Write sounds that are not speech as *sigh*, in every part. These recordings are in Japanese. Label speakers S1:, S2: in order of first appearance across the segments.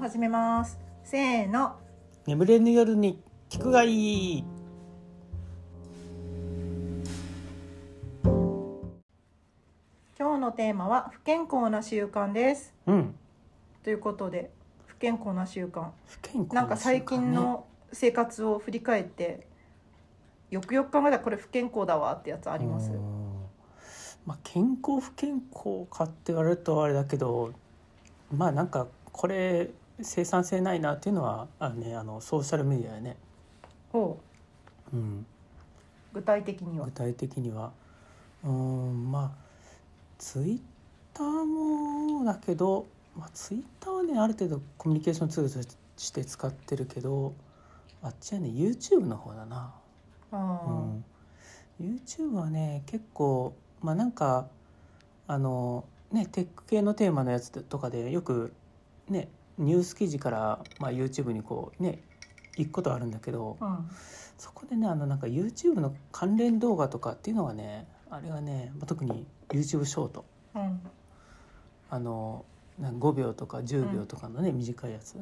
S1: 始めますせーの
S2: 眠れぬ夜に聞くがいい
S1: 今日のテーマは不健康な習慣です
S2: うん
S1: ということで不健康な習慣
S2: 不健康
S1: なんか最近の生活を振り返ってよくよく考えたらこれ不健康だわってやつあ
S2: あ
S1: ります
S2: まあ健康不健康かって言われるとあれだけどまあなんかこれ生産性ないなっていうのはあのねあのソーシャルメディアやね、
S1: ほう
S2: うん、
S1: 具体的には
S2: 具体的にはうんまあツイッターもだけど、まあ、ツイッターはねある程度コミュニケーションツールとして使ってるけどあっちはね YouTube の方だな。
S1: あ
S2: う
S1: ー、
S2: ん、YouTube はね結構まあなんかあのねテック系のテーマのやつとかでよくねニュース記事から、まあ、YouTube にこうね行くことはあるんだけど、
S1: うん
S2: そこでねあのなんか YouTube の関連動画とかっていうのがねあれがね、まあ、特に YouTube ショート
S1: うん
S2: あのなんか5秒とか10秒とかのね、短いやつ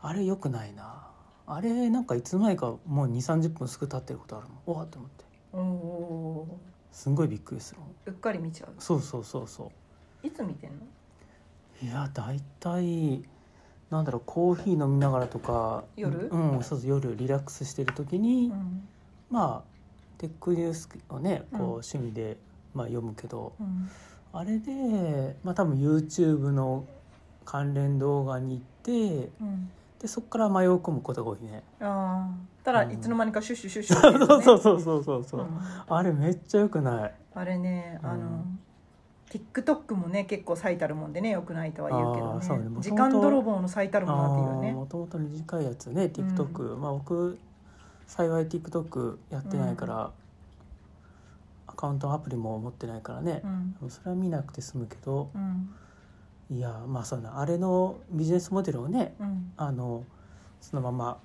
S2: あれよくないなあれなんかいつの間にかもう2 3 0分すぐ経ってることあるのわーって思って
S1: おお
S2: すんごいびっくりする
S1: ーうっかり見ちゃう
S2: そうそうそうそ
S1: いつ見てんの
S2: ういや大体なんだろうコーヒー飲みながらとか
S1: 夜
S2: うん、そうそう夜リラックスしてる時に、
S1: うん
S2: まあテックニュースをねこう
S1: うん
S2: 趣味で、まあ、読むけど
S1: うん
S2: あれで、まあ、多分 YouTube の関連動画に行って
S1: うん
S2: でそこから迷い込むことが多いね
S1: ああたら
S2: うん
S1: いつの間にかシュッシュシュッシュってやつね
S2: *laughs* そうそうそうそうそうそう、
S1: うん
S2: あれめっちゃよくない
S1: あれね
S2: うん
S1: あの、TikTok もね結構最たるもんでねよくないとは言うけど
S2: あ
S1: ね
S2: ーそうね元々
S1: 時間泥棒の最たるものだっていうね
S2: もともと短いやつね TikTok、まあ僕幸い TikTok やってないから、アカウントアプリも持ってないからね
S1: う、ん
S2: それは見なくて済むけど
S1: うん
S2: いやまあそうねあれのビジネスモデルをね
S1: うん
S2: あのそのまま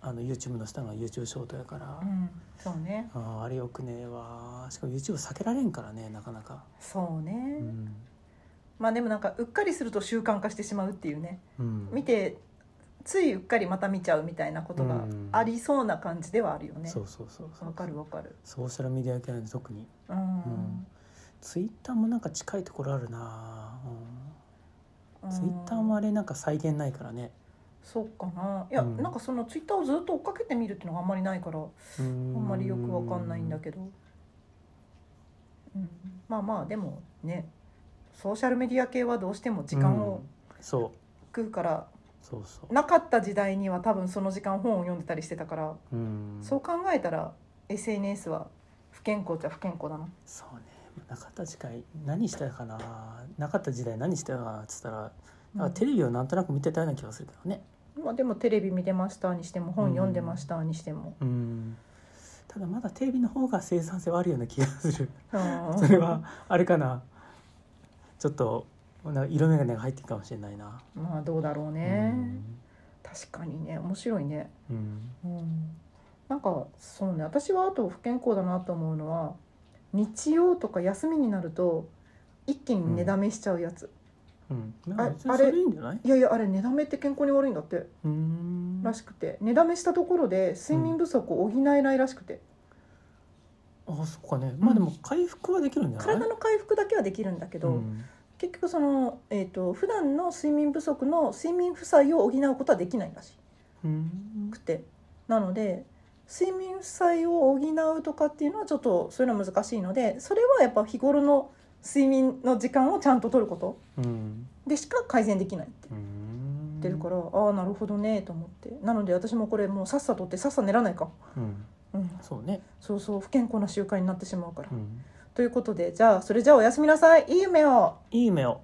S2: あの YouTube の下の YouTube ショートやから
S1: う、んそうね
S2: あーあれよくねえわしかも YouTube 避けられんからねなかなか、
S1: そうね、
S2: うん
S1: まあでもなんかうっかりすると習慣化してしまうっていうね
S2: うん
S1: 見てついうっかりまた見ちゃうみたいなことが
S2: うん
S1: ありそうな感じではあるよね
S2: そうそうそうそう
S1: わかるわかる
S2: ソーシャルメディア系なんで特に
S1: うん、
S2: んツイッターもなんか近いところあるな、
S1: う
S2: うん
S1: ん
S2: ツイッターもあれなんか再現ないからね、
S1: そうかないや、
S2: うん
S1: なんかそのツイッターをずっと追っかけてみるっていうのがあんまりないから
S2: あ
S1: あ
S2: ん
S1: んまりよくわかんないんだ
S2: ど
S1: けど、うん、まあまあでもねソーシャルメディア系はどうしても時間を
S2: そう
S1: 食うから、
S2: そうそ
S1: なかった時代には多分その時間本を読んでたりしてたから、
S2: う、うん、
S1: そう考えたら SNS は不健康っちゃ不健康だな
S2: そうねなかった時代何してたかななかった時代何してたかなっつったら、なんかテレビをなんとなく見てたような気がするけどね
S1: うんまあ、でもテレビ見てましたにしても本読んでましたにしても、
S2: うんただまだテレビの方が生産性はあるような気がする
S1: うん
S2: *laughs* それはあれかなちょっとなんか色眼鏡が入ってるかもしれないな
S1: まあどうだろうね、確かにね面白いね、
S2: うんうん
S1: うんなんかそうね私はあと不健康だなと思うのは日曜とか休みになると一気に寝だめしちゃうやつ、
S2: うん、なんか別に
S1: あ
S2: それいいんじゃない
S1: いやいやあれ寝だめって健康に悪いんだって
S2: うーん
S1: らしくて寝だめしたところで睡眠不足を補えないらしくて、
S2: あそっかねまあでも回復はできるんじゃない、
S1: 体の回復だけはできるんだけど、
S2: うん
S1: 結局その、えー、と普段の睡眠不足の睡眠負債を補うことはできないらし
S2: うん
S1: くてなので睡眠負債を補うとかっていうのはちょっとそういうのは難しいのでそれはやっぱ日頃の睡眠の時間をちゃんと取ること
S2: うん
S1: でしか改善できないって
S2: う
S1: 言
S2: ん
S1: ってるから、ああなるほどねと思ってなので私もこれもうさっさとってさっさ寝らないか、
S2: うん
S1: うん、
S2: そうね、
S1: そうそう不健康な習慣になってしまうから、
S2: うん、
S1: ということでじゃあそれじゃあおやすみなさいいい夢を
S2: いい目を